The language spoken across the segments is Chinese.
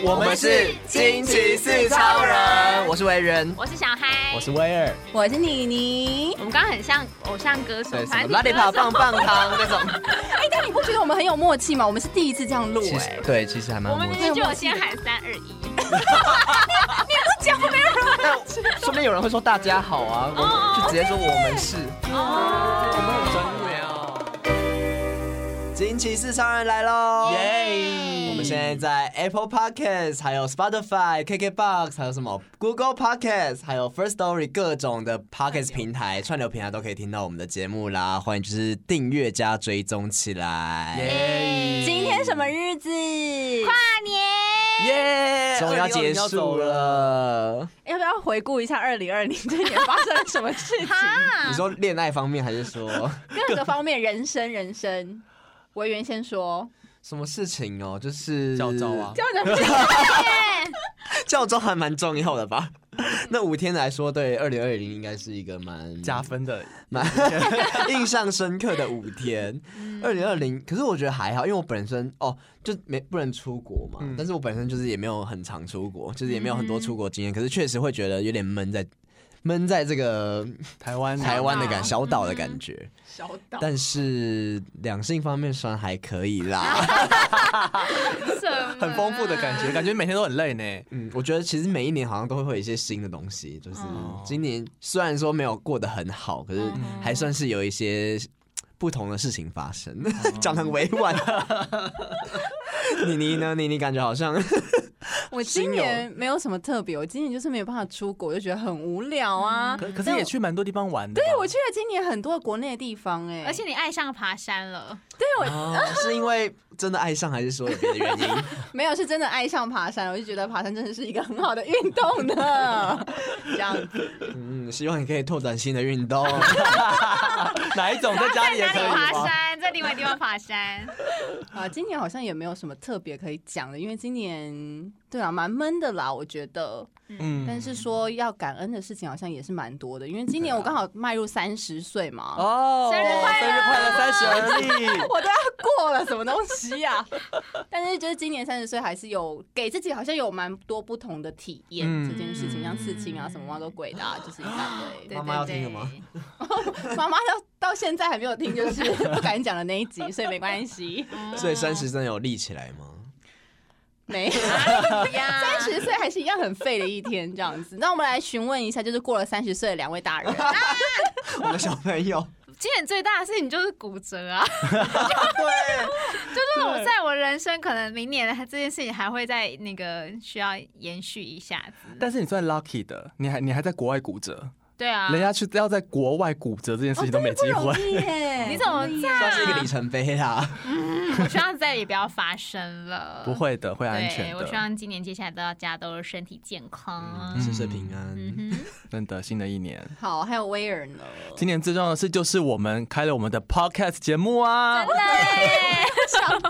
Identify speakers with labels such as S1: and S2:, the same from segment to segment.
S1: 我
S2: 我们是惊奇四超人，我是维人，
S3: 我是小嗨，
S1: 我是威尔，
S4: 我是妮妮
S3: 我。们刚刚很像偶像歌手
S2: 对，，什
S3: 团
S2: 么
S3: 体
S2: 拉力跑
S3: 歌手
S2: 棒棒糖那种，
S4: 哎、但你不觉得我们很有默契吗？我们是第一次这样录、
S2: 其
S4: 哎
S2: 实，对，其实还蛮
S3: 我
S2: 默
S3: 们明
S2: 契。
S3: 明就有先喊三二一，
S2: 但说不定有人会说大家好啊，我
S3: 哦
S2: 们就直接说我们是，
S3: 哦，
S2: 我们很专业哦。惊奇四超人来喽！
S1: 耶
S2: 我们现在在 Apple Podcast、还有 Spotify、KKBox、还有什么 Google Podcast、还有 First Story 各种的 Podcast 平台、串流平台都可以听到我们的节目啦，欢迎就是订阅加追踪起来。
S1: 耶
S4: 今天什么日 子？
S3: 跨年，
S1: 耶
S2: 终于要结束，了，
S4: 要不要回顾一下二零二零 这年发生了什么事情？
S2: 你说恋爱方面还 是说？
S4: 各个方面，人生，人生。维园先说，
S2: 什么事情哦？就是
S1: 教招啊
S4: 这样子
S2: 教招还蛮重要的吧？那五天来说，对二零二零应该是一个蛮
S1: 加分的，
S2: 蛮 印象深刻的五天。二零二零，可是我觉得还好，因为我本身哦就没不能出国嘛，
S1: 嗯
S2: 但是我本身就是也没有很常出国，就是也没有很多出国经验，可是确实会觉得有点闷在闷在这个
S1: 台湾
S2: 台湾的感
S3: 小
S2: 小
S3: 岛
S2: 岛的感觉。
S4: 小岛
S2: 但是两性方面算还可以啦。啊
S1: 很丰富的感觉，感觉每天都很累呢。
S2: 嗯，我觉得其实每一年好像都会会有一些新的东西，就是
S3: 嗯
S2: 今年虽然说没有过得很好，可是
S3: 嗯
S2: 还算是有一些不同的事情发生， 讲得很委婉。 妮妮呢？妮妮感觉好像
S4: 我今年没有什么特别，我今年就是没有办法出国，我就觉得很无聊啊。
S1: 可可是也去蛮多地方玩的吧，
S4: 对，我去了今年很多国内的地方、哎，
S3: 而且你爱上爬山了，
S2: 哦是因为真的爱上，还是说有别的原因？
S4: 没有，是真的爱上爬山，我就觉得爬山真的是一个很好的运动 呢。这样子，
S2: 嗯，希望你可以拓展新的运 动。
S1: 哪一种在家里也
S3: 在哪
S1: 可以
S3: 里爬
S1: 吗？
S3: 山，在另外地方爬 山，
S4: 啊，今年好像也没有什么特别可以讲的，因为今年对啊，蛮闷的啦，我觉得。
S1: 嗯
S4: 但是说要感恩的事情好像也是蛮多的，因为今年我刚好迈入三十岁嘛，
S1: 哦，
S3: 生日快乐
S1: 生日快乐，三十而立。
S4: 我都要过了，什么东西呀、 但是就是今年三十岁，还是有给自己好像有蛮多不同的体验，
S1: 嗯
S4: 这件事情，像刺青啊
S3: 嗯
S4: 什么嘛都鬼的、啊，就是一大堆。
S3: 对
S2: 妈妈要听
S3: 对
S2: 了吗
S3: 对，
S4: 妈妈到到现在还没有听，就是不敢讲的那一集，所以没关系。
S3: 哦
S2: 所以三 十真的有立起来吗？
S4: 没有，
S3: 三
S4: 三十岁还是一样很废的一天这样子。那我们来询问一下，就是过了三十岁的两位 大人，
S2: 我的小朋友，
S3: 今年最大的事情就是骨折啊，
S2: 对，
S3: 就是我在我人生可能明年的这件事情还会在那个需要延续一下子。
S1: 但是你算 lucky 的，你还你还在国外骨折，
S3: 对啊，哦
S1: 人家去要在国外骨折这件事情都没机会。
S4: 耶
S3: 你怎么在啊？
S2: 算是一个里程碑啦。
S3: 我 希望再也不要发生了。
S1: 不会的，会安全
S3: 对，我希
S1: 的。
S3: 望今年接下来大家都身体健康。
S2: 事事平安。
S3: 嗯哼，
S1: 真的，新的一年，
S4: 好？还有威尔呢？
S1: 今年最重要的事就是我们开了我们的 podcast 节目啊，
S3: 对，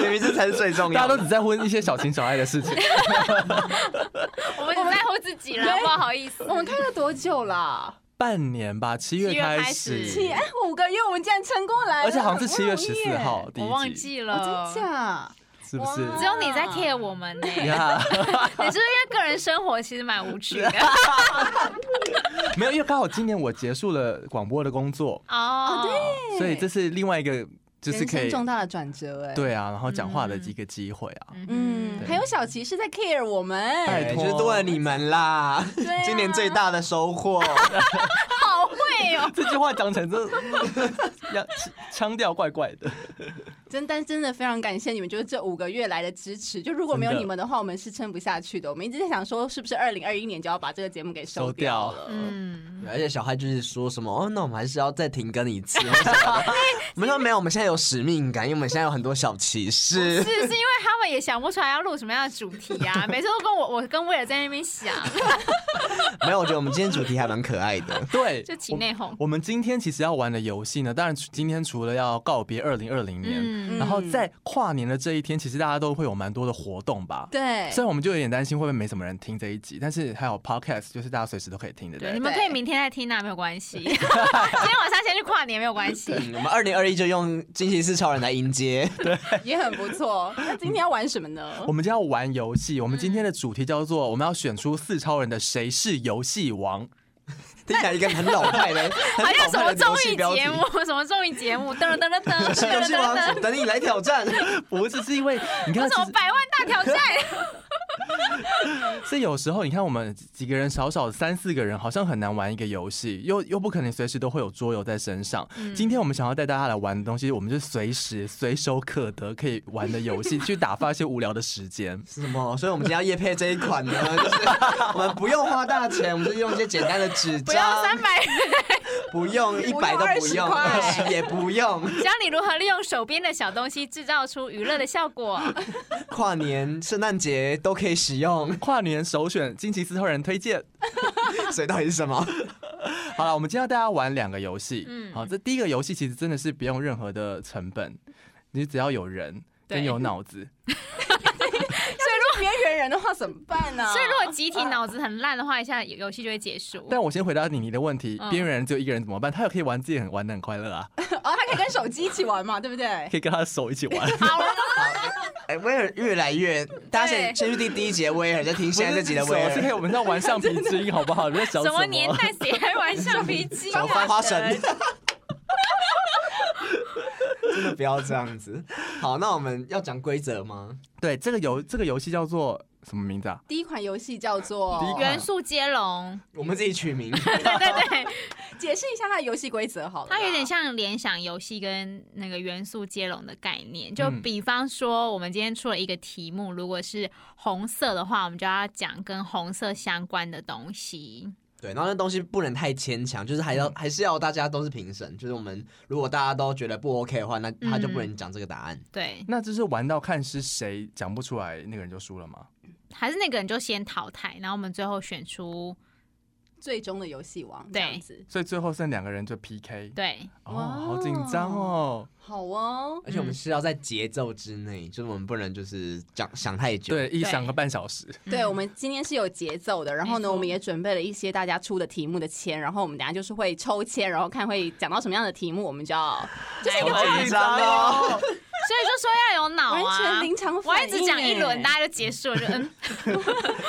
S2: 明明这才是最重
S1: 大
S2: 要
S1: 家都
S2: 的。
S1: 只在问一些小情小爱的 事情。
S3: 我们只在乎自己了，
S4: 对
S3: 不好意思。
S4: 我们开了多久啦？
S1: 半年吧，七月
S3: 七月
S1: 开
S3: 开
S1: 始，
S3: 始
S4: 七哎五个月，我们竟然撑过来了，
S1: 而且好像是七月
S4: 很不
S1: 十
S4: 容易
S1: 四
S4: 耶
S1: 号第
S3: 我忘
S1: 一集，
S3: 记了
S4: 哦，，真假？
S1: 是不是？
S3: 只有你在 care 我们呢、
S1: 呀，
S3: 你是不是因为个人生活其实蛮无趣的
S1: 没有，因为刚好今年我结束了广播的工作，
S3: 哦？对，
S1: 所以这是另外一个就是
S4: 人
S1: 可
S4: 生
S1: 以
S4: 重大的转折哎。，
S1: 对啊，然后讲话的一个机会啊。
S4: 嗯，还有小琪是在 care 我们，
S1: 拜
S2: 哎
S1: 托
S2: 就是多了你们啦
S4: 对啊，
S2: 今年最大的收获。
S3: 好会哦。
S1: 这句话讲成这样腔调怪怪的，
S4: 真但真的非常感谢你们，就是这五个月来的支持。就如果没有
S1: 真的
S4: 你们的话，我们是撑不下去的。我们一直在想说，是不是二零二一年就要把这个节目给
S1: 收掉
S4: 掉了？
S3: 嗯，
S2: 而且小孩就是说什么哦，那我们还是要再停更一 次。我们说没有，我们现在有使命感，因为我们现在有很多小骑士
S3: 是。是因为他们也想不出来要录什么样的主题啊，每次都跟我我跟威尔在那边想，
S2: 没有，我觉得我们今天主题还蛮可爱 的。
S1: 对，
S3: 就体内讧。
S1: 我们今天其实要玩的游戏呢，当然今天除了要告别二零二零年，
S3: 嗯
S1: 然后在跨年的这一天，其实大家都会有蛮多的活动吧。
S4: 对
S1: 虽然我们就有点担心会不会没什么人听这一集，但是还有 podcast，就是大家随时都可以听的。
S3: 对，
S1: 对
S3: 你
S1: 不
S3: 们可以明天再听那没有 关系，今天晚上先去跨年没有关系。
S2: 嗯，我们二零二一就用惊奇四超人来迎接。
S4: 也很不 错。那今天要玩什么呢
S1: 对， 我？们就要玩游戏。我们今天
S3: 嗯
S1: 的主题叫做我们要选出四超人的谁是游戏王。
S2: 听起来一个很老派的，很
S3: 好像
S2: 老
S3: 什
S2: 派的
S3: 么
S2: 游
S3: 综
S2: 戏
S3: 艺
S2: 标题
S3: 节。目， 什么综艺节目，噔 噔噔噔噔
S2: 是啊游 戏
S3: 噔噔
S2: 王，等你来挑战。
S1: 不是，是因 为你看，
S3: 噔，什
S1: 其
S3: 么
S1: 实
S3: 百万 大挑战，
S1: 是有时候你看我们几个人少少的三四个人，好像很难玩一个游戏，又又不可能随时都会有桌游在身上。
S3: 嗯
S1: 今天我们想要带大家来玩的东西，我们就随时随手可得可以玩的游戏，去打发一些无聊的时 间。
S2: 是什么？所以我们今天要夜配这一款呢，就是 我们不用花大钱，我们是用一些简单的纸
S3: 不要
S2: 张
S3: 三，百 元。
S2: 不用一百都不
S4: 不用
S2: 用，
S4: 20
S2: 二十也不用。
S3: 教你如何利用手边的小东西制造出娱乐的 效果。
S2: 跨年、圣诞节都可以使用。
S1: 跨年首选惊奇四超人推 荐。
S2: 所以到底是什么？
S1: 好了，我们今天要带大家玩两个游戏。
S3: 嗯
S1: 好，这第一个游戏其实真的是不用任何的成本，你只要有人跟
S3: 对
S1: 有脑子，
S4: 所以如果边缘人的话怎么 办呢？
S3: 所以如果集体脑子很烂的话，一下游戏就会结束。
S1: 但我先回答你你的问题，
S3: 嗯
S1: 边缘人只有一个人怎么办？他也可以玩自己很玩的很快乐 啊，
S4: 哦，他可以跟手机一起玩嘛，对不对？
S1: 可以跟他的手一起玩。
S3: 好了，
S2: 哎、威尔越来越，大家先
S3: 对
S2: 先去听第一节威尔，再听现在这集的
S1: 不
S2: 威
S1: 是是可以
S2: 尔。
S1: 我们在玩橡皮筋，好不好？你在想
S3: 什么
S1: 么
S3: 年代 谁还玩橡皮筋
S2: 什
S3: 啊
S2: 么？翻花神？ 真的不要这样子。好，那我们要讲规则吗？
S1: 对，这个游这个游戏叫做什么名字啊？
S4: 第一款游戏叫做
S1: 第一款
S3: 元素接 龙，
S2: 我们自己取名。
S3: 对对对，
S4: 解释一下它的游戏规则好了。
S3: 它有点，像联想游戏跟那个元素接龙的概念。就
S1: 嗯
S3: 比方说，我们今天出了一个题目，如果是红色的话，我们就要讲跟红色相关的东西。
S2: 对，然后那东西不能太牵强，就是还要、还是要大家都是评审，就是我们如果大家都觉得不 OK 的话，那他就不能讲这个答案。
S3: 对，
S1: 那就是玩到看是谁讲不出来，那个人就输了吗？
S3: 还是那个人就先淘汰，然后我们最后选出
S4: 最终的游戏王这
S3: 对
S4: 样子。
S1: 所以最后剩两个人就 PK。
S3: 对。
S1: 哦，
S4: 哇
S1: 好紧张哦。
S4: 好哦，
S2: 而且我们是要在节奏之内，就是我们不能就是讲想太久。
S1: 对，一
S3: 对
S1: 想个半小时。
S4: 对，我们今天是有节奏的，然后
S3: 嗯没
S4: 呢，
S3: 错
S4: 我们也准备了一些大家出的题目的签，然后我们等下就是会抽签，然后看会讲到什么样的题目，我们就要
S3: 哎
S2: 好
S3: 我
S2: 紧张哦！
S3: 所以就说要有脑啊，
S4: 完全临场
S3: 我
S4: 反应。欸
S3: 还只讲一轮，大，家就结束了，就嗯，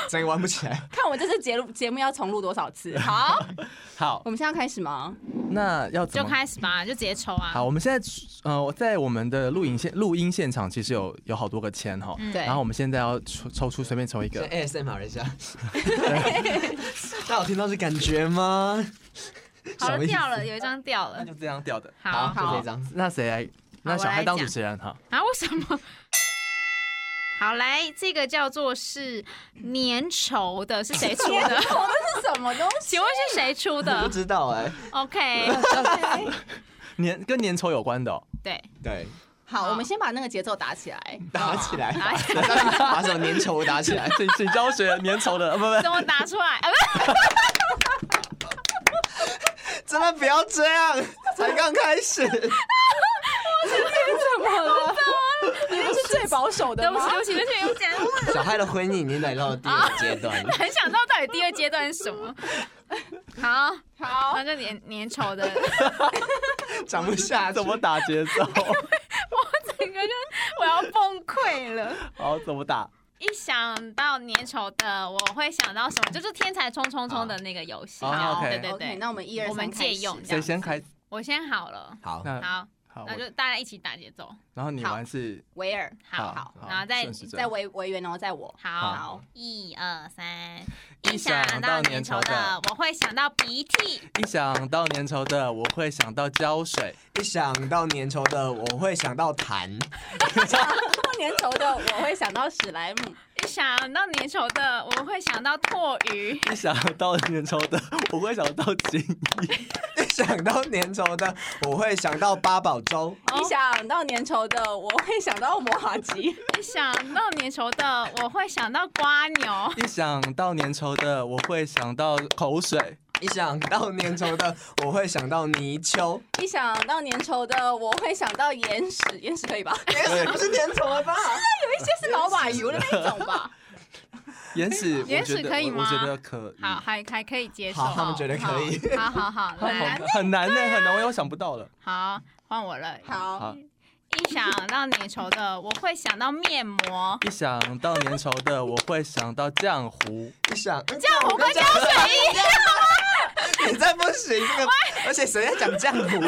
S2: 真玩不起来。
S4: 看我这次节目节目要重录多少次。 好，
S1: 好，
S4: 我们现在要开始吗？
S1: 那要怎
S3: 就
S1: 么？
S3: 开始吧，就直接抽啊。
S1: 好，我们现在呃，在我们的录影现录音现场，其实有有好多个签哈。
S3: 嗯
S4: 对
S1: 然后我们现在要抽抽出随便抽一个
S2: 先，ASMR 一下，大家有听到这感觉吗？
S3: 好
S2: 什么
S3: 了，
S2: 意思
S3: 掉了，有一张掉了。
S1: 就这样掉的。
S3: 好
S2: 就这一张。
S1: 那谁来？那小
S3: 我
S1: 孩
S3: 来
S1: 当主
S3: 讲
S1: 持人哈。
S3: 啊，为什么？ 好，来，这个叫做是粘稠的，是谁出的？
S4: 我们是什么东西？
S3: 请问是谁出
S2: 我 不
S3: 的
S2: 知道哎、
S3: ？OK，
S1: 年跟年抽有关的、哦，
S3: 对，
S2: 对，
S4: 好，我们先把那个节奏打起来。
S2: 打起来，
S3: 打起
S2: 把什么粘稠打起来。
S1: 请请教学年抽的，啊不不，
S3: 怎么打出来？ 啊，不是，
S2: 真的不要这样，才刚开 始。
S4: 怎么了？ 你们是最保守的
S3: 对不
S4: 吗
S3: 起，？对不起，对不起，我讲，
S2: 小孩的婚姻已经来到了第二阶段，
S3: 很想知道到底第二阶段是什 么。好，
S4: 好，
S3: 那就粘粘稠 的，
S2: 讲不下去
S1: 怎么打节奏？
S3: 我整个就我要崩溃了。
S1: 好，怎么 打？
S3: 一想到粘稠的，我会想到什么？就是《天才冲冲冲》的那个游戏，
S2: 哦
S1: 啊
S3: 这样
S1: 啊，OK
S3: 对
S1: OK，
S3: 对
S4: OK，
S3: 对。
S4: 那我们一二
S3: 我们
S4: 三开始
S3: 借用这
S1: 谁
S3: 样
S1: 先开？
S3: 我先好了，
S2: 好，
S1: 那
S3: 好，
S1: 好，
S3: 那
S1: 我
S3: 就大家一起打节奏，
S1: 然后你
S4: 好
S1: 玩是
S4: 维尔，
S3: 好，
S1: 好好
S3: 然后再
S1: 顺时针
S4: 在维维园，然后哦在我。
S3: 好，一二三。
S1: 一想到粘稠的，
S3: 我会想到鼻涕。
S1: 一想到粘稠的，我会想到胶水，
S2: 一想到粘稠的，我会想到痰。
S4: 过年头的我会想到史莱姆，
S3: 一想到粘稠的，我会想到唾 鱼。
S1: 一想到粘稠的， 我会想到金鱼。
S2: 一想到粘稠的，我会想到八宝粥。
S4: 一想到粘稠的我会想到魔法吉，
S3: 一想到粘稠的，我会想到瓜牛。
S1: 一想到粘稠的，我会想到口水。
S2: 一想到粘稠的，我会想到泥鳅。
S4: 一想到粘稠的，我会想到眼屎，眼屎可以吧？
S2: 也是不是粘稠了 吧？
S4: 这些是老马油的那一种 吧？
S1: 眼 屎，我
S3: 眼
S1: 觉
S3: 屎
S1: 得
S3: 可以
S1: 我我觉
S3: 吗
S1: 得可以，
S3: 好，还还可以接受。
S2: 好他们觉得可以
S3: 好。好 好好，
S1: 好
S3: 来，
S1: 很难呢，很难，我又想不到了。
S3: 好，换我了。
S4: 好，
S1: 好，
S3: 一想到粘稠的，我会想到面膜。
S1: 一想到粘稠的，我会想到浆 糊。
S2: 一想这
S3: 这样我跟胶 水一样，
S2: 你这不行，这个而且谁在讲酱骨？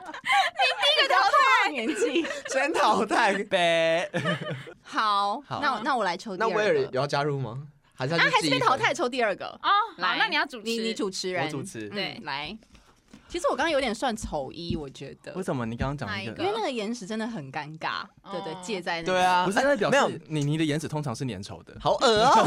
S4: 这个淘汰年纪。
S2: 先淘汰。
S1: 呗，
S4: 好，
S1: 好
S4: 那我那我来抽第
S2: 那
S4: 二
S2: 威尔有
S4: 个，
S2: 要加入吗？还是他
S4: 那
S2: 就
S4: 啊还
S2: 自
S4: 是
S2: 己
S4: 被淘汰抽第二个。
S3: 哦，好，
S4: 来
S3: 那你要主持，
S4: 你你主持人，
S1: 我主持
S4: 嗯
S3: 对
S4: 来。其实我刚刚有点算丑一，我觉得
S1: 为，什么你刚刚讲一
S3: 哪一
S1: 个
S3: 个
S4: 因？为那个眼屎真的很尴尬，对对
S3: 哦，
S4: 借在那
S2: 对啊，
S1: 不是，那表
S2: 没有
S1: 示你你的眼屎通常是粘稠的。
S2: 好恶哦，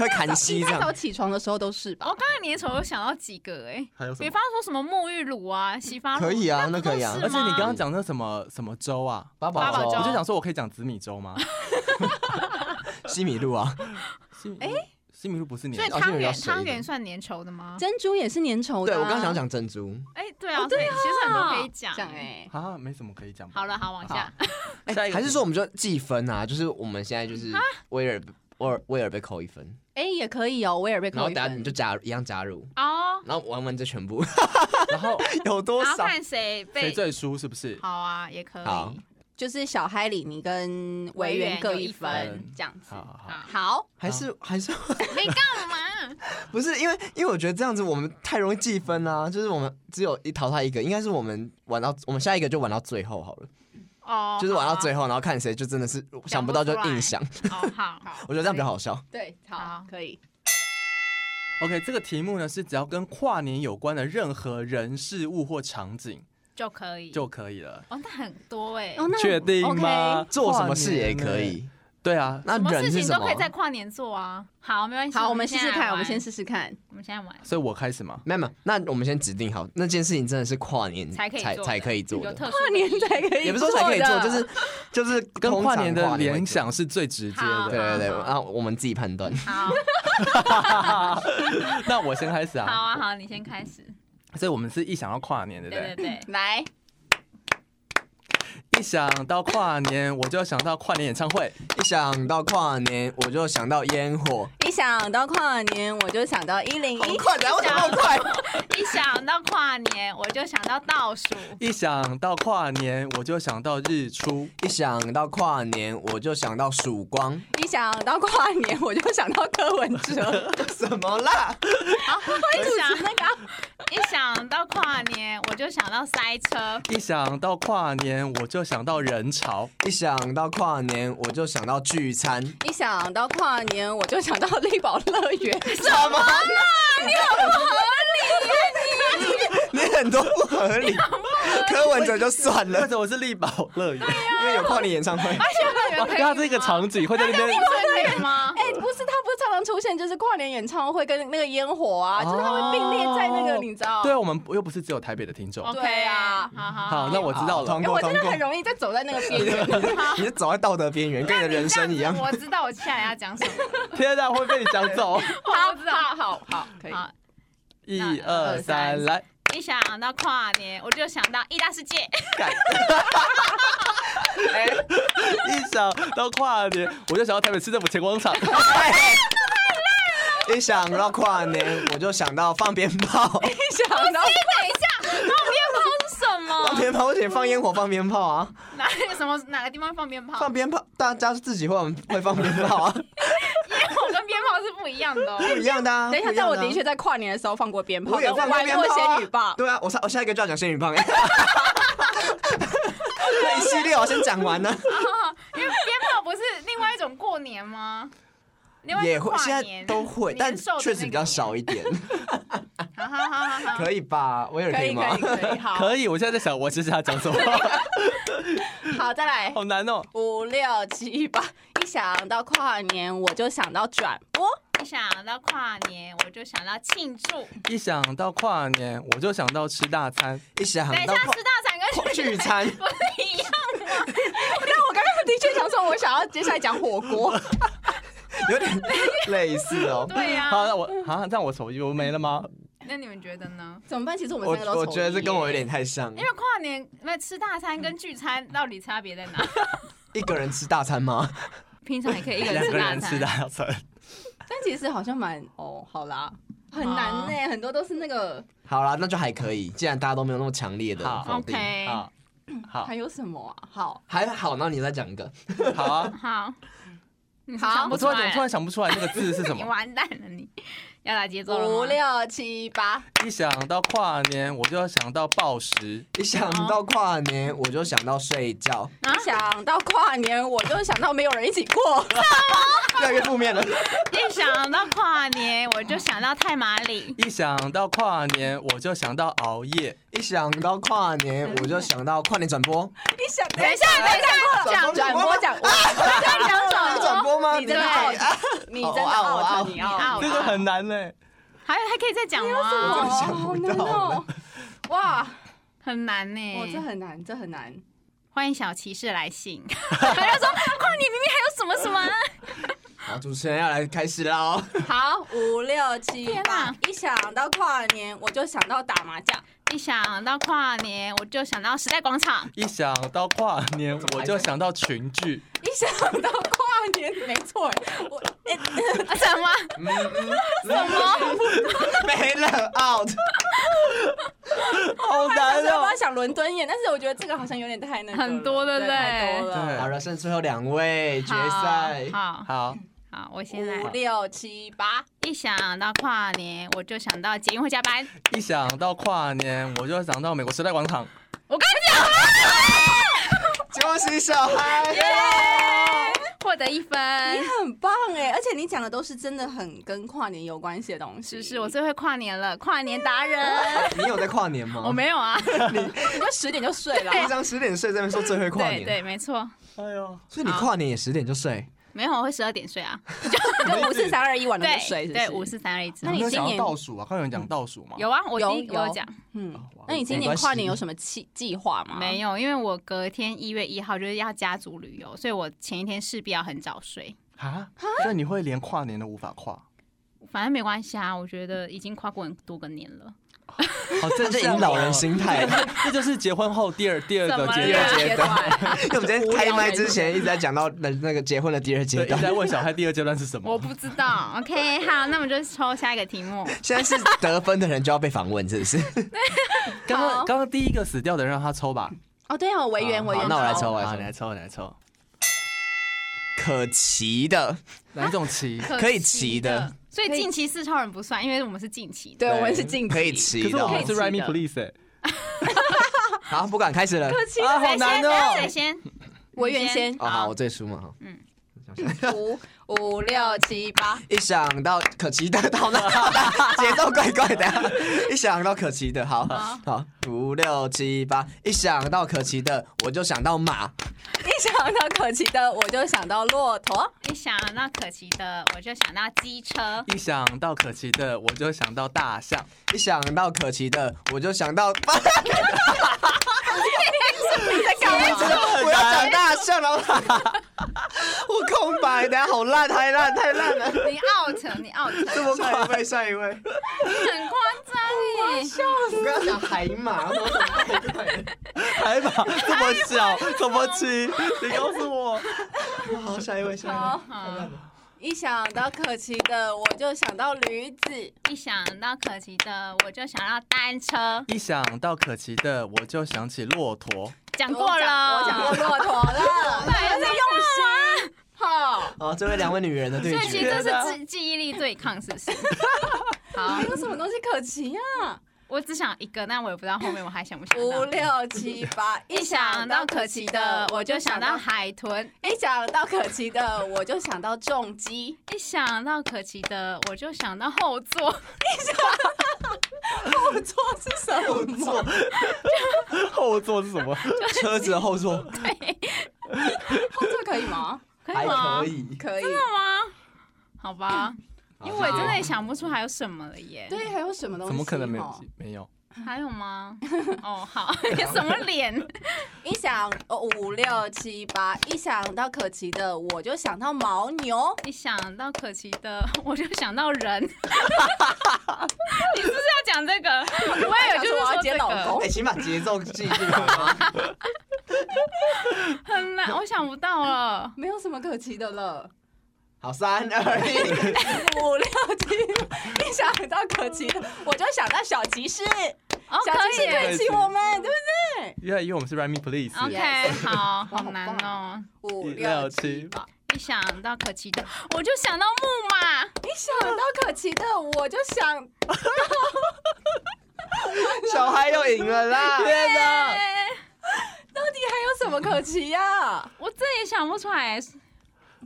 S2: 会砍
S4: 一
S2: 膝这
S4: 大早
S2: 样。
S4: 起床的时候都是吧
S3: 我？刚才粘稠有想到几个哎、
S1: 还有
S3: 比？方说什么沐浴乳啊、洗发乳，
S2: 可以啊，那
S3: 不都
S2: 可以啊
S3: 是吗。
S1: 而且你刚刚讲那什么什么粥啊，
S2: 八
S3: 八宝
S2: 宝
S3: 粥
S1: 我
S2: 粥、
S1: 就想说，我可以讲紫米粥 吗？
S2: 西米露啊，
S1: 西
S4: 哎
S1: 西米露不是粘
S3: 所以
S1: 稠，
S2: 哦这
S3: 汤
S2: 个
S3: 圆
S2: 要水
S3: 汤圆算粘稠的吗？
S4: 珍珠也是粘稠的
S2: 对
S4: 啊，哦
S2: 我刚想讲珍珠，
S3: 哎、对啊，所以其实很多可以讲
S4: 讲。哎，
S1: 啊，没什么可以讲吧。
S3: 好了，好，往下。
S2: 哎
S1: 下一个
S2: 还是说我们就计分啊？就是我们现在就是威尔威尔威尔被扣一分，
S4: 哎也可以哦，威尔被
S2: 然
S4: 扣
S2: 后
S4: 一
S2: 等下你
S4: 分
S2: 就，加入一样加入，
S3: 哦，
S2: 然后玩完这全部
S1: 然 后
S2: 有多
S3: 然后
S2: 少？
S3: 看谁
S1: 谁
S3: 被
S1: 最输是不是？
S3: 好啊，也可以。
S2: 好
S4: 就是小嗨里尼跟维园各一
S3: 维
S1: 园有一
S4: 分
S1: 分
S4: 这样子
S1: 好。好好，
S4: 好，
S2: 还是还是
S3: 啊你干嘛？
S2: 不是因为因为我觉得这样子我们太容易计分啦、就是我们只有一淘汰一个，应该是我们玩到我们下一个就玩到最后好了，
S3: 哦，
S2: 就是玩到最
S3: 后。
S2: 后，然后看谁就真的是想不到就硬想，
S3: 哦，好。
S4: 好，
S2: 我觉得这样比较好笑。
S4: 对，好
S3: 好，
S4: 可以。
S1: OK，这个题目呢是只要跟跨年有关的任何人、事物或场景
S3: 就可以。
S1: 就可以了。
S3: 哦，那很多哎、
S4: 哦，那
S1: 确定
S4: OK
S1: 吗？
S2: 做什么事也
S1: 跨
S2: 可
S1: 年呢。
S2: 以，
S1: 对啊，
S2: 那
S3: 什么
S2: 人
S3: 事
S2: 是
S3: 情
S2: 什
S3: 都
S2: 么
S3: 可以？在跨年做啊。好，没关系。
S4: 好，我们试试
S3: 现在来
S4: 看，我们
S3: 玩
S4: 先，试试看。
S3: 我们现在玩。
S1: 所以我开始嘛。
S2: 没有没有，那我们先指定好，那件事情真的是跨年
S3: 才可以
S2: 才
S3: 做的
S2: 才可以做
S3: 有
S2: 的，
S3: 特殊
S4: 跨
S3: 的意
S4: 年
S3: 义
S4: 才可以，
S2: 也不是说才可以做，就是就是
S1: 跟
S2: 通常
S1: 跨年的
S2: 跨会
S1: 联
S2: 做
S1: 想。是最直接
S3: 好
S2: 对
S1: 的。
S2: 对对，
S3: 好好
S2: 然后我们自己判断。
S3: 好，
S1: 那我先开始
S3: 好
S1: 啊。
S3: 啊，好，你先开始。
S1: 所以我们是一想要跨年，对不
S3: 对对
S1: 对？
S3: 对，
S4: 来，
S1: 一想到跨年，我就想到跨年演唱会。
S2: 一想到跨年，我就想到烟火。
S4: 一想到跨年，我就想到一零
S2: 好
S4: 一。
S2: 快，然后怎么那么快？
S3: 一想到跨年，我就想到倒数。
S1: 一想到跨年，我就想到日出。
S2: 一想到跨年，我就想到曙光。
S4: 一想到跨年，我就想到柯文哲。
S2: 什么啦？
S3: 好，一想
S4: 那个啊
S3: 一想到跨年，我就想到塞车。
S1: 一想到跨年，我就想到人潮。
S2: 一想到跨年，我就想到聚餐。
S4: 一想到跨年，我就想到力宝乐园。哎
S2: 什么啦？你很不合理耶！你你很多不合理。柯文哲就算
S1: 或
S2: 了，
S1: 者我是力宝乐园，
S2: 因为有跨年演唱
S3: 哎
S2: 会。
S3: 幼儿园可以
S1: 它这个
S3: 吗
S1: 场景会在那边。
S3: 幼儿园可以 吗？
S4: 哎、不是，他不是常常出现，就是跨年演唱会跟那个烟火啊，就是他会并列在那个，
S1: 哦
S4: 你知道？
S1: 对啊，我们又不是只有台北的听众。
S3: OK 啊，好好
S1: 好，那我知道了
S2: 通。
S4: 哎、
S2: 过
S4: 我
S2: 通
S4: 真的
S2: 过
S4: 很，容易在走在那个边缘。
S2: 你是走在道德边缘，跟你的人生一样
S3: 哎这。样子我知道我接下来要讲什么了，
S1: 天哪，会被你讲 走。
S3: 我知道。
S4: 好好 可以。
S3: 好，
S1: 一
S3: 那呃
S1: 二三，来，
S3: 一想到跨年，我就想到一大世界。
S1: 改。
S3: 哎
S1: 一想到跨年，我就想到台北市政府前广 场。
S2: 一想到跨年，我就想到放鞭炮，
S4: 一想到
S3: 等一下，放鞭炮
S2: 放
S3: 是什么？
S2: 鞭炮，我写放烟火，放鞭炮啊，
S3: 哪里什么哪个地方放鞭炮？
S2: 放鞭炮，大家自己会会放鞭炮啊，
S3: 烟火跟鞭炮是不一样的哦。
S2: 不一样的啊。
S4: 等一下，
S2: 不样
S4: 但我
S2: 啊
S4: 的确在跨年的时候放过鞭炮，
S2: 我也放过
S4: 玩
S2: 鞭
S4: 过
S2: 炮啊
S4: 仙女棒。
S2: 对啊，我下我下一个就要讲仙女棒哎，那一系列我先讲完呢，
S3: 哦因为鞭炮不是另外一种过年吗？另外一
S2: 也
S3: 种
S2: 会
S3: 跨
S2: 现在
S3: 年
S2: 都会，但
S3: 年兽的
S2: 确实
S3: 那
S2: 比较
S3: 个年嗯
S2: 少一点，
S3: 好好好好好，
S2: 可以吧？威尔
S4: 可以
S2: 以
S4: 可
S2: 吗
S4: 以？可以，好
S1: 可以，我现在在想，我接下来讲什么，
S4: 好再来
S1: 好难哦。
S4: 五六七八，一想到跨年我就想到转播，
S3: 一想到跨年，我就想到庆祝。
S1: 一想到跨年，我就想到吃大餐。
S2: 一想
S3: 等一
S2: 到
S3: 下
S2: 跨
S3: 吃大餐跟
S2: 聚
S3: 聚
S2: 餐，
S3: 餐不是一样啊吗？
S4: 但我刚刚的确想说，我想要接下来讲火锅，
S2: 有点类似哦。哦
S3: 对呀、
S1: 好，那我啊，那我手机我没了吗？
S5: 那你们觉得呢？
S4: 怎么办？其实我们
S2: 我
S4: 三个都
S2: 我
S4: 丑
S2: 觉得这
S4: 一
S2: 跟我有
S4: 耶
S2: 点太像
S5: 因，为跨年那吃大餐跟聚餐到底差别在哪？
S2: 一个人吃大餐吗？
S3: 平常也可以一个人
S1: 两
S3: 吃
S1: 个
S3: 大
S1: 人吃大
S3: 餐。
S1: 餐，
S4: 但其实好像蛮哦，好啦，很难呢、很多都是那个
S2: 好啦，那就还可以，既然大家都没有那么强烈的
S1: 好
S2: 否定
S5: OK
S1: 好，好
S4: 还有什么啊？好，
S2: 还好，那你再讲一个，
S1: 好啊！
S5: 好，你是
S4: 好
S5: 想
S1: 我
S5: 不
S1: 突
S5: 出
S1: 然我
S5: 来
S1: 突然想不出来那个字是什
S5: 你
S1: 么。
S5: 完蛋了你，要来节奏了吗
S4: 五六七八，
S1: 一想到跨年，我就要想到暴食。
S2: 一想到跨年我就想到睡觉，
S5: 啊
S4: 想到跨年，我就想到没有人一起过。
S2: 越来越负面了。
S3: 一想到跨年，我就想到太麻里。
S1: 一想到跨年，我就想到熬夜。
S2: 一想到跨年我就想到跨年转播，
S4: 你想，等
S3: 等一下，等一下，
S2: 讲
S4: 转播讲，我在讲
S2: 跨
S4: 转
S2: 年转
S4: 播，
S2: 播吗？
S4: 你真的傲，你真的傲，你傲，
S1: 这个很难嘞，
S3: 还还可以再讲
S2: 我真
S3: 吗？
S2: 的想
S4: 好
S2: 不
S4: 难
S2: 到
S4: 哦！哇，
S3: 哦很难呢。
S4: 哇，这很难，这很难。
S3: 欢迎小骑士来信，他就说跨年明明还有什么什么啊。
S2: 好，主持人要来开始啦哦！
S4: 好，五六七
S3: 天
S4: 八
S3: 哪，
S4: 一想到跨年，我就想到打麻将。
S3: 一想到跨年，我就想到时代广场。
S1: 一想到跨年，我就想到群聚。
S4: 一想到跨年，没错， 我哎、
S3: 啊什么？
S2: 嗯什么？没了，out，好难
S4: 但是我
S2: 哦
S4: 本来。想伦敦眼，但是我觉得这个好像有点太那个了
S3: 很多对不对
S4: 太多了。
S2: 好了，剩最后两位决赛，
S3: 好好
S1: 好，
S3: 好，我先来
S4: 五。六七八，
S3: 一想到跨年，我就想到捷运会加班。
S1: 一想到跨年，我就想到美国时代广场。
S3: 我跟你讲，
S2: 恭喜小孩。
S3: 获得一分。
S4: 你很棒哎！而且你讲的都是真的很跟跨年有关系的东西，
S3: 是不是？我最会跨年了，跨年达人。
S2: 你有在跨年吗？
S3: 我没有啊，
S4: 你就十点就睡了。
S2: 平常十点睡，这边说最会跨
S3: 对
S2: 年，
S3: 对，没错，
S1: 哎呦，
S2: 所以你跨年也十点就睡。
S3: 没有，我会十二点睡啊。
S4: 就五四三二一晚都
S3: 对
S4: 不睡，是不
S3: 对，
S4: 是
S3: 五四三二一之
S4: 那
S3: 后
S4: 你
S1: 没有
S4: 今
S1: 想
S4: 年
S1: 要倒数啊？刚有人讲倒数吗？
S3: 有啊，我第一
S4: 有
S3: 我有
S4: 有
S3: 讲
S4: 嗯，
S2: 哇
S4: 那你今
S2: 没
S4: 年
S2: 关系
S4: 跨年有什么计计划吗？
S3: 没有，因为我隔天一月一号就是要家族旅游，所以我前一天势必要很早睡。
S1: 啊？那你会连跨年都无法跨？
S3: 反正没关系啊，我觉得已经跨过很多个年了。
S1: 好，
S2: 这是
S1: 哦是
S2: 已经老人心态了。
S1: 这就是结婚后第二第二个
S3: 怎么
S1: 阶
S3: 了
S1: 段。
S4: 阶段，
S2: 因为我们今天开麦之前一直在讲到那那个结婚的第二阶
S1: 对，一直在
S2: 段，
S1: 问小孩第二阶段是什么？
S3: 我不知道。OK，好， 那我们就抽下一个题目。
S2: 现在是得分的人就要被访问，是不是？
S1: 刚
S4: 好
S1: 刚刚刚第一个死掉的人让他抽吧。
S4: 哦，对哦，维园
S2: 好
S4: 维园，
S2: 那我来抽
S1: 好
S2: 我来抽
S1: 你来抽，你来抽。
S2: 可骑的，
S1: 哪一种棋？
S2: 可以骑的，
S3: 所以近期四超人不算，因为我们是近期的。
S4: 对，我们是近期
S2: 可以
S1: 可
S2: 骑
S1: 是
S2: 的
S1: 我
S2: 哦
S1: 们。是 r i m e Please 哎、
S2: 好，不敢开始了。
S1: 啊，好
S3: 谁
S1: 难
S3: 先？谁
S1: 哦。
S3: 先？
S4: 维园先
S2: 哦，好，我最输嘛。好
S3: 嗯
S4: 五五六七八，
S2: 一想到可骑的，到那 节奏怪怪的。一想到可骑的，好
S3: 好
S2: 好五六七八，一想到可骑的，我就想到马。
S4: 一想到可骑的，我就想到骆驼。
S3: 一想到可骑的，我就想到机车。
S1: 一想到可骑的，我就想到大象。
S2: 一想到可骑的，我就想到， 我哎
S4: 在干嘛？
S2: 要长大象了， 我空白，等下好烂，太烂，太烂了。
S3: 你 out，你 out，
S2: 这么快，下一位，下一位。
S3: 很夸
S2: 哎
S3: 张耶！
S2: 我刚刚想海马，我怎么怪怪的
S1: 海马这么
S3: 哎
S1: 小，怎么骑？你告诉我。
S2: 好，下一位，下一位。
S3: 好，
S4: 一想到可骑的，我就想到驴子。
S3: 一想到可骑的，我就想到单车。
S1: 一想到可骑的，我就想起骆驼。
S3: 讲过了，
S4: 我讲过骆驼了，啊
S3: 对
S4: 还在用心。 好，
S2: 好，这位两位女人的啊对
S3: 所以其实
S2: 决。
S3: 这是记记忆力对抗，是不是？好
S4: 还，有什么东西可骑啊？
S3: 我只想一个，但我也不知道后面我还想不想到。
S4: 五六七八，
S3: 一想到可骑的，我就想到海豚；
S4: 一想到可骑的，我就想到重击。
S3: 一想到可骑的，我就想到后座。
S4: 我 做是什么？
S1: 后座是什么？
S2: 车子的后座
S4: 后座可以吗？
S3: 可
S2: 还
S3: 以吗？
S2: 可以，
S4: 可以。啊
S3: 吗？好吧，因为我
S2: 好
S3: 真的也想不出还有什么了耶。
S4: 对，还有什么东西？
S1: 怎么可能没
S4: 哦
S1: 有？没有。
S3: 还有 吗？哦，好，你什么脸？
S4: 一想哦五六七八，一想到可奇的我就想到牦牛，
S3: 一想到可奇的，我就想到人。你 是不是要讲这个？我也有，就是
S4: 我
S3: 说
S4: 要
S3: 这
S4: 接老
S3: 个
S4: 公
S2: 哎、请把节奏记进来吗？
S3: 很难，我想不到了。
S4: 没有什么可奇的了。
S2: 好，三二一，
S4: 五六七，一想到可奇的我就想到小骑士，
S3: 哦，
S4: 小骑
S3: 可
S4: 士
S3: 以耶。
S4: 对起我们，对
S1: 因为因为我们是 Remy Please，、
S3: OK，好好
S4: 好
S3: 难
S4: 棒
S3: 哦。
S4: 不对？五
S1: 一
S4: 六
S1: 六
S4: 七
S1: 七
S4: 八，
S3: 一想到可奇的，我就想到木马。
S4: 一想到可奇的我就想
S2: 小孩又赢了啦！天哪！
S3: 哎
S4: 到底还有什么可奇呀、
S3: 我这也想不出来，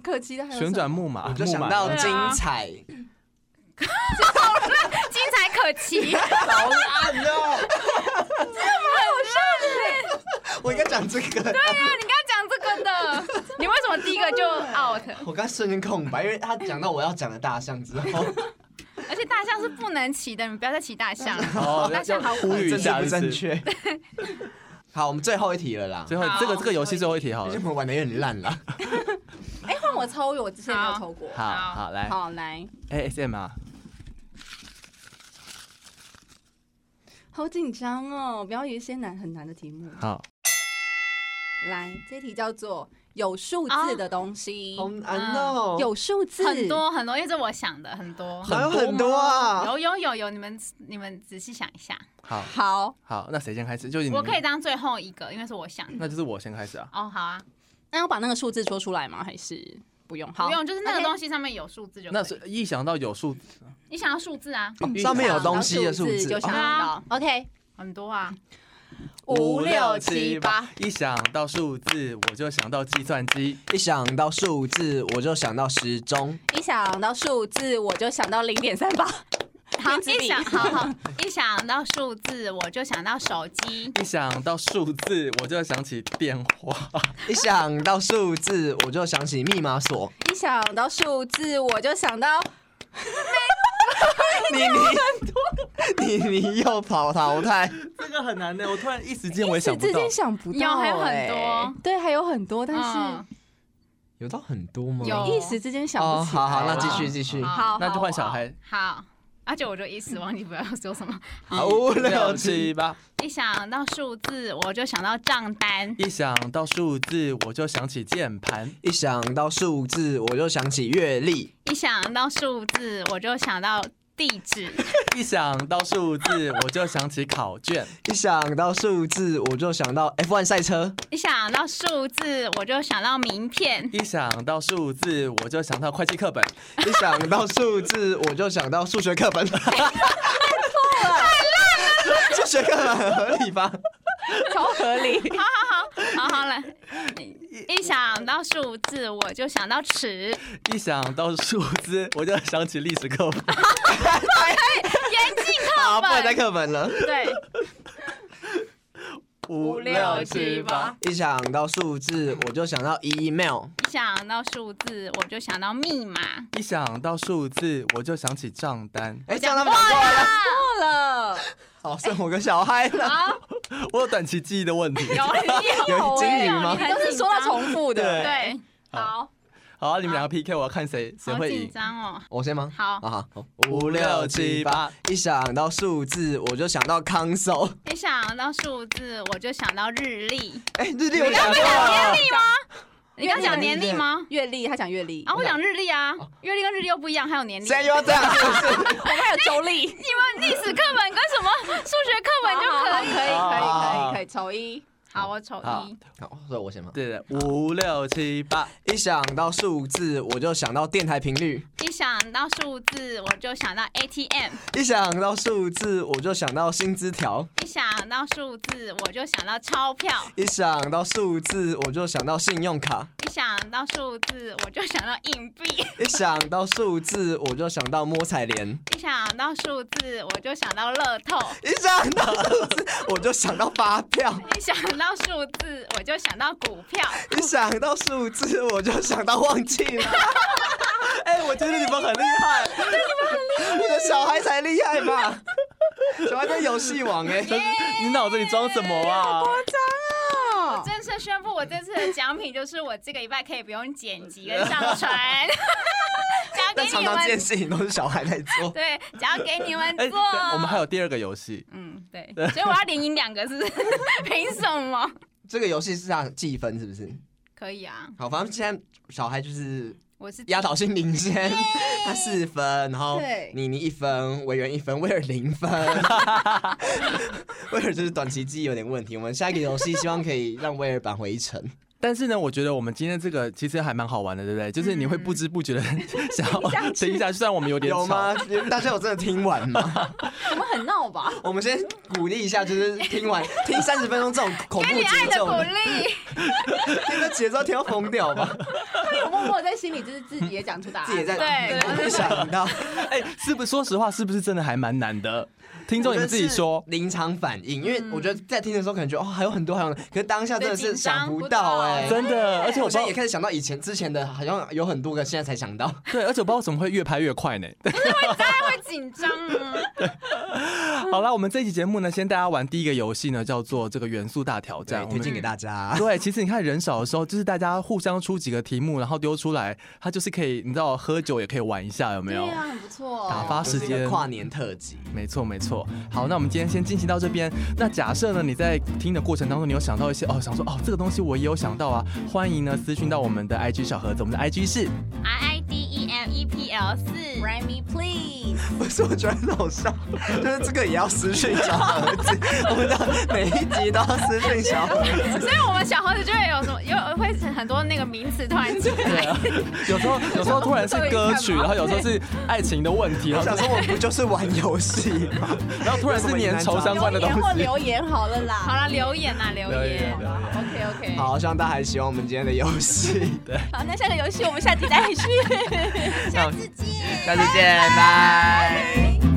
S4: 可奇的还有
S1: 旋转
S4: 什么
S1: 木马，
S2: 我就
S1: 木
S2: 想
S1: 马
S2: 到
S3: 对啊
S2: 精彩，
S3: 精彩可 期。
S2: 好烂哦！ 我应该讲这个，
S3: 你刚刚讲这个的，你为什么第一个就 out？
S2: 我刚瞬间空白，因为他讲到我要讲的大象之后，
S3: 而且大象是不能骑的，你不要再骑大象了。
S1: 哦，
S3: 大
S1: 要
S3: 象好
S1: 呼吁一
S2: 政治
S1: 下，
S2: 不
S1: 就是
S2: 正确。好，我们最后一题了啦，哎
S1: 最后
S3: 好
S1: 这个这个游戏最后一题好
S2: 而且
S1: 了
S2: 我，们玩的有点烂了。
S4: 哎，换我抽，我之前没有抽过。
S1: 好
S3: 好
S1: 好来
S4: 好，来，
S1: ASMR，
S4: 好紧张哦，不要有一些难很难的题目。
S1: 好，
S4: 来，这题叫做有数字的东西，
S2: 好难哦，
S4: 有数字
S3: 哦很多很多，因为这我想的很多，
S2: 哪有很多啊？
S3: 有有有有，你们你们仔细想一下，
S1: 好
S4: 好，
S1: 好，那谁先开始？就是你
S3: 我可以，当最后一个，因为是我想的。
S1: 那就是我先开始啊。
S3: 哦，好啊，
S4: 那要把那个数字说出来吗？还是不用？好，
S3: 不用，就是那个
S4: OK
S3: 东西上面有数字就可以。
S1: 那是嗯一想到有数，
S3: 你想要数字啊，
S2: 哦上面有东西的
S4: 数
S2: 数字
S4: 就，想
S2: 哦
S4: 到。OK，
S3: 很多啊，
S4: 五六七八，，
S1: 一想到数字我就想到计算机。
S2: 一想到数字我就想到时钟。
S4: 一想到数字我就想到零点三八，
S3: 好
S4: 原子
S3: 一
S4: 笔
S3: 想好好一想到数字，我就想到手机。
S1: 一想到数字，我就想起电话。
S2: 一想到数字，我就想起密码锁。
S4: 一想到数字我就想到
S2: 你你你你又跑淘汰，
S1: 这个很难的，我突然一时间我也
S4: 一时
S1: 想不
S4: 之
S1: 到
S4: 间。想不到、
S3: 有还有很
S4: 哎
S3: 多，
S4: 对，还有很多，但是
S3: 嗯
S2: 有到很多吗
S3: 有
S4: 一时之间想
S2: 哦，
S4: 不起来。嗯
S2: 好好，那继
S3: 好
S2: 续继续。
S3: 好
S4: 好，
S1: 那就换
S4: 好
S1: 小。孩。
S3: 好，而且我就一时忘记不要说什么。
S2: 好，五六七
S1: 七八，
S3: 一想到数字，我就想到账单。
S1: 一想到数字我就想起键盘。
S2: 一想到数字，我就想起阅历。
S3: 一想到数字，我就想到地址。
S1: 一想到数字，我就想起考卷。
S2: 一想到数字，我就想到 F1 赛车。
S3: 一想到数字，我就想到名片。
S1: 一想到数字，我就想到会计课本。
S2: 一想到数字，我就想到数学课本。太烂了！数学课本很合理吧？
S4: 超合理。
S3: 好好了，一想到数字，我就想到尺。
S1: 一想到数字，我就想起历史课本。
S3: 严禁
S2: 好，
S3: 课
S2: 啊不能再
S3: 本。
S2: 课本了。
S3: 对，
S1: 五
S3: 六七八。
S2: 一想到数字，我就想到 email。
S3: 一想到数字，我就想到密码。
S1: 一想到数字，我就想起账单。
S2: 哎，这样他们讲过了。
S4: 错了，
S1: 哦
S2: 好，剩我跟小嗨了。
S3: 啊，
S1: 我有短期记忆的问题。
S3: 有你
S2: 有
S3: 有
S2: 经营吗
S3: 你
S4: 你都是说到重复的。嗯
S3: 对，好，
S1: 好啊，你们两个 PK，我要看谁谁
S3: 好
S1: 会
S3: 紧
S1: 赢。
S3: 张哦。
S2: 我先吗？
S3: 好，
S2: 啊好，
S1: 五六七八，
S2: 一想到数字我就想到康手。
S3: 一想到数字，我就想到日历。
S2: 哎，日历我想
S3: 你讲
S2: 到
S3: 年历吗？你刚讲年历吗？
S4: 阅历，他讲阅历，
S3: 啊，我讲日历啊，月历跟日历又不一样，还有年历。
S2: 哦现在又要这样是不是？
S4: 我们还有周
S3: 你
S4: 历，
S3: 们历史课本跟什么数学课本就可 以。
S4: 可以，
S1: 好
S4: 可以，
S1: 好
S4: 可以，可以，抽一。
S3: 好，我丑
S1: 好
S3: 一。
S2: 好，所以我先吗？
S1: 对的，五六七八。
S2: 一想到数字我就想到电台频率，
S3: 一想到数字，我就想到 ATM；
S2: 一想到数字我就想到薪资条，
S3: 一想到数字，我就想到钞票；
S2: 一想到数字我就想到信用卡，
S3: 一想到数字，我就想到硬币；
S2: 一想到数字我就想到摸彩莲，
S3: 一想到数字，我就想到乐透；
S2: 一想到数字我就想到发票，
S3: 一想到数字，我就想到股票。
S2: 一 想到数字我就想到忘记 了。
S1: 哎，我觉得你们很厉害。
S2: 我的小孩才厉害吧？小孩在游戏 王哎，
S1: 你脑子里装什么啊？
S4: 哦
S5: 正式宣布，我这次的奖品就是我这个礼拜可以不用剪辑跟上 传，奖给
S2: 但常
S5: 你
S2: 常这件
S5: 们。
S2: 事情都是小孩在做。
S5: 对，奖给你们
S1: 哎、
S5: 做。
S1: 我们还有第二个游戏，
S4: 嗯，
S5: 对，所以我要连赢两个，是不是？凭什么？
S2: 这个游戏是让计分是不是？
S5: 可以啊，
S2: 好，反正现在小孩就是
S5: 我是
S2: 压倒性领先，他四分，然后
S4: 对
S2: 你你一分，委员一 分， 威尔零分，威尔就是短期记忆有点问题。我们下一个游戏希望可以让威尔扳回一城。
S1: 但是呢，我觉得我们今天这个其实还蛮好玩的，对不对？就是你会不知不觉的想要停下去，虽然我们有点
S2: 有吗
S1: 吵。？
S2: 大家有真的听完吗？
S4: 我们很闹吧？
S2: 我们先鼓励一下，就是听完听三十分钟这种恐怖
S5: 给你爱
S2: 节
S5: 的
S2: 奏
S5: 鼓，励。
S2: 听这节奏听到疯掉吧？
S4: 他有默默在心里，就是自己也讲出答案，
S2: 自己也在
S5: 对对
S2: 没想到，
S1: 哎、是不是？说实话，是不是真的还蛮难的？听众你们自己说。
S2: 临场反应，因为我觉得在听的时候可能觉得哦还有很多还有很多，可是当下真的
S5: 嗯对
S2: 是
S5: 紧张
S2: 想不
S5: 不
S2: 到
S5: 到
S2: 哎，
S1: 真的，而且我
S2: 我
S1: 不知
S2: 现
S1: 道
S2: 在也，开始想到以前之前的，好像有很多个，现在才想到。
S1: 对，而且我不知道怎么会越拍越快呢。
S5: 会紧张啊！
S1: 好啦，我们这期节目呢，先带大家玩第一个游戏呢，叫做这个元素大挑战。我
S2: 推
S1: 们
S2: 荐给大家。
S1: 对，其实你看人少的时候，就是大家互相出几个题目，然后丢出来，它就是可以，你知道喝酒也可以玩一下，有没有
S4: 对？啊，很不错。
S1: 打发时
S2: 这是一
S1: 间
S2: 个。跨年特辑，
S1: 没错，没错。好，那我们今天先进行到这边。那假设呢，你在听的过程当中，你有想到一些哦，想说哦，这个东西我也有想到啊，欢迎呢私讯到我们的 IG 小盒子，我们的 IG 是
S3: R I D E M E P L 四
S4: Write me please，
S2: 不是我觉得很好笑， 就是这个也要私讯小盒子，我们的每一集都要私讯小盒子。
S5: 所以我们小盒子就会有什么，有会很多那个名词突然出
S1: 对
S5: 来。
S1: 啊，有时候有时候突然是歌曲，然后有时候是爱情的问题，然后
S2: 我 想说，我不就是玩游戏吗？
S1: 然后突然是粘稠相关的
S4: 留
S1: 东
S4: 言或
S1: 西。
S4: 留言好了啦。
S5: 好了，留言呐，留
S1: 留言
S5: 言。
S1: 留言
S4: OK OK，
S2: 好，希望大家还喜欢我们今天的游戏。
S4: 好，那下个游戏我们下集再续。
S1: 那我们
S3: 自己。
S2: 下次见，拜。
S4: 拜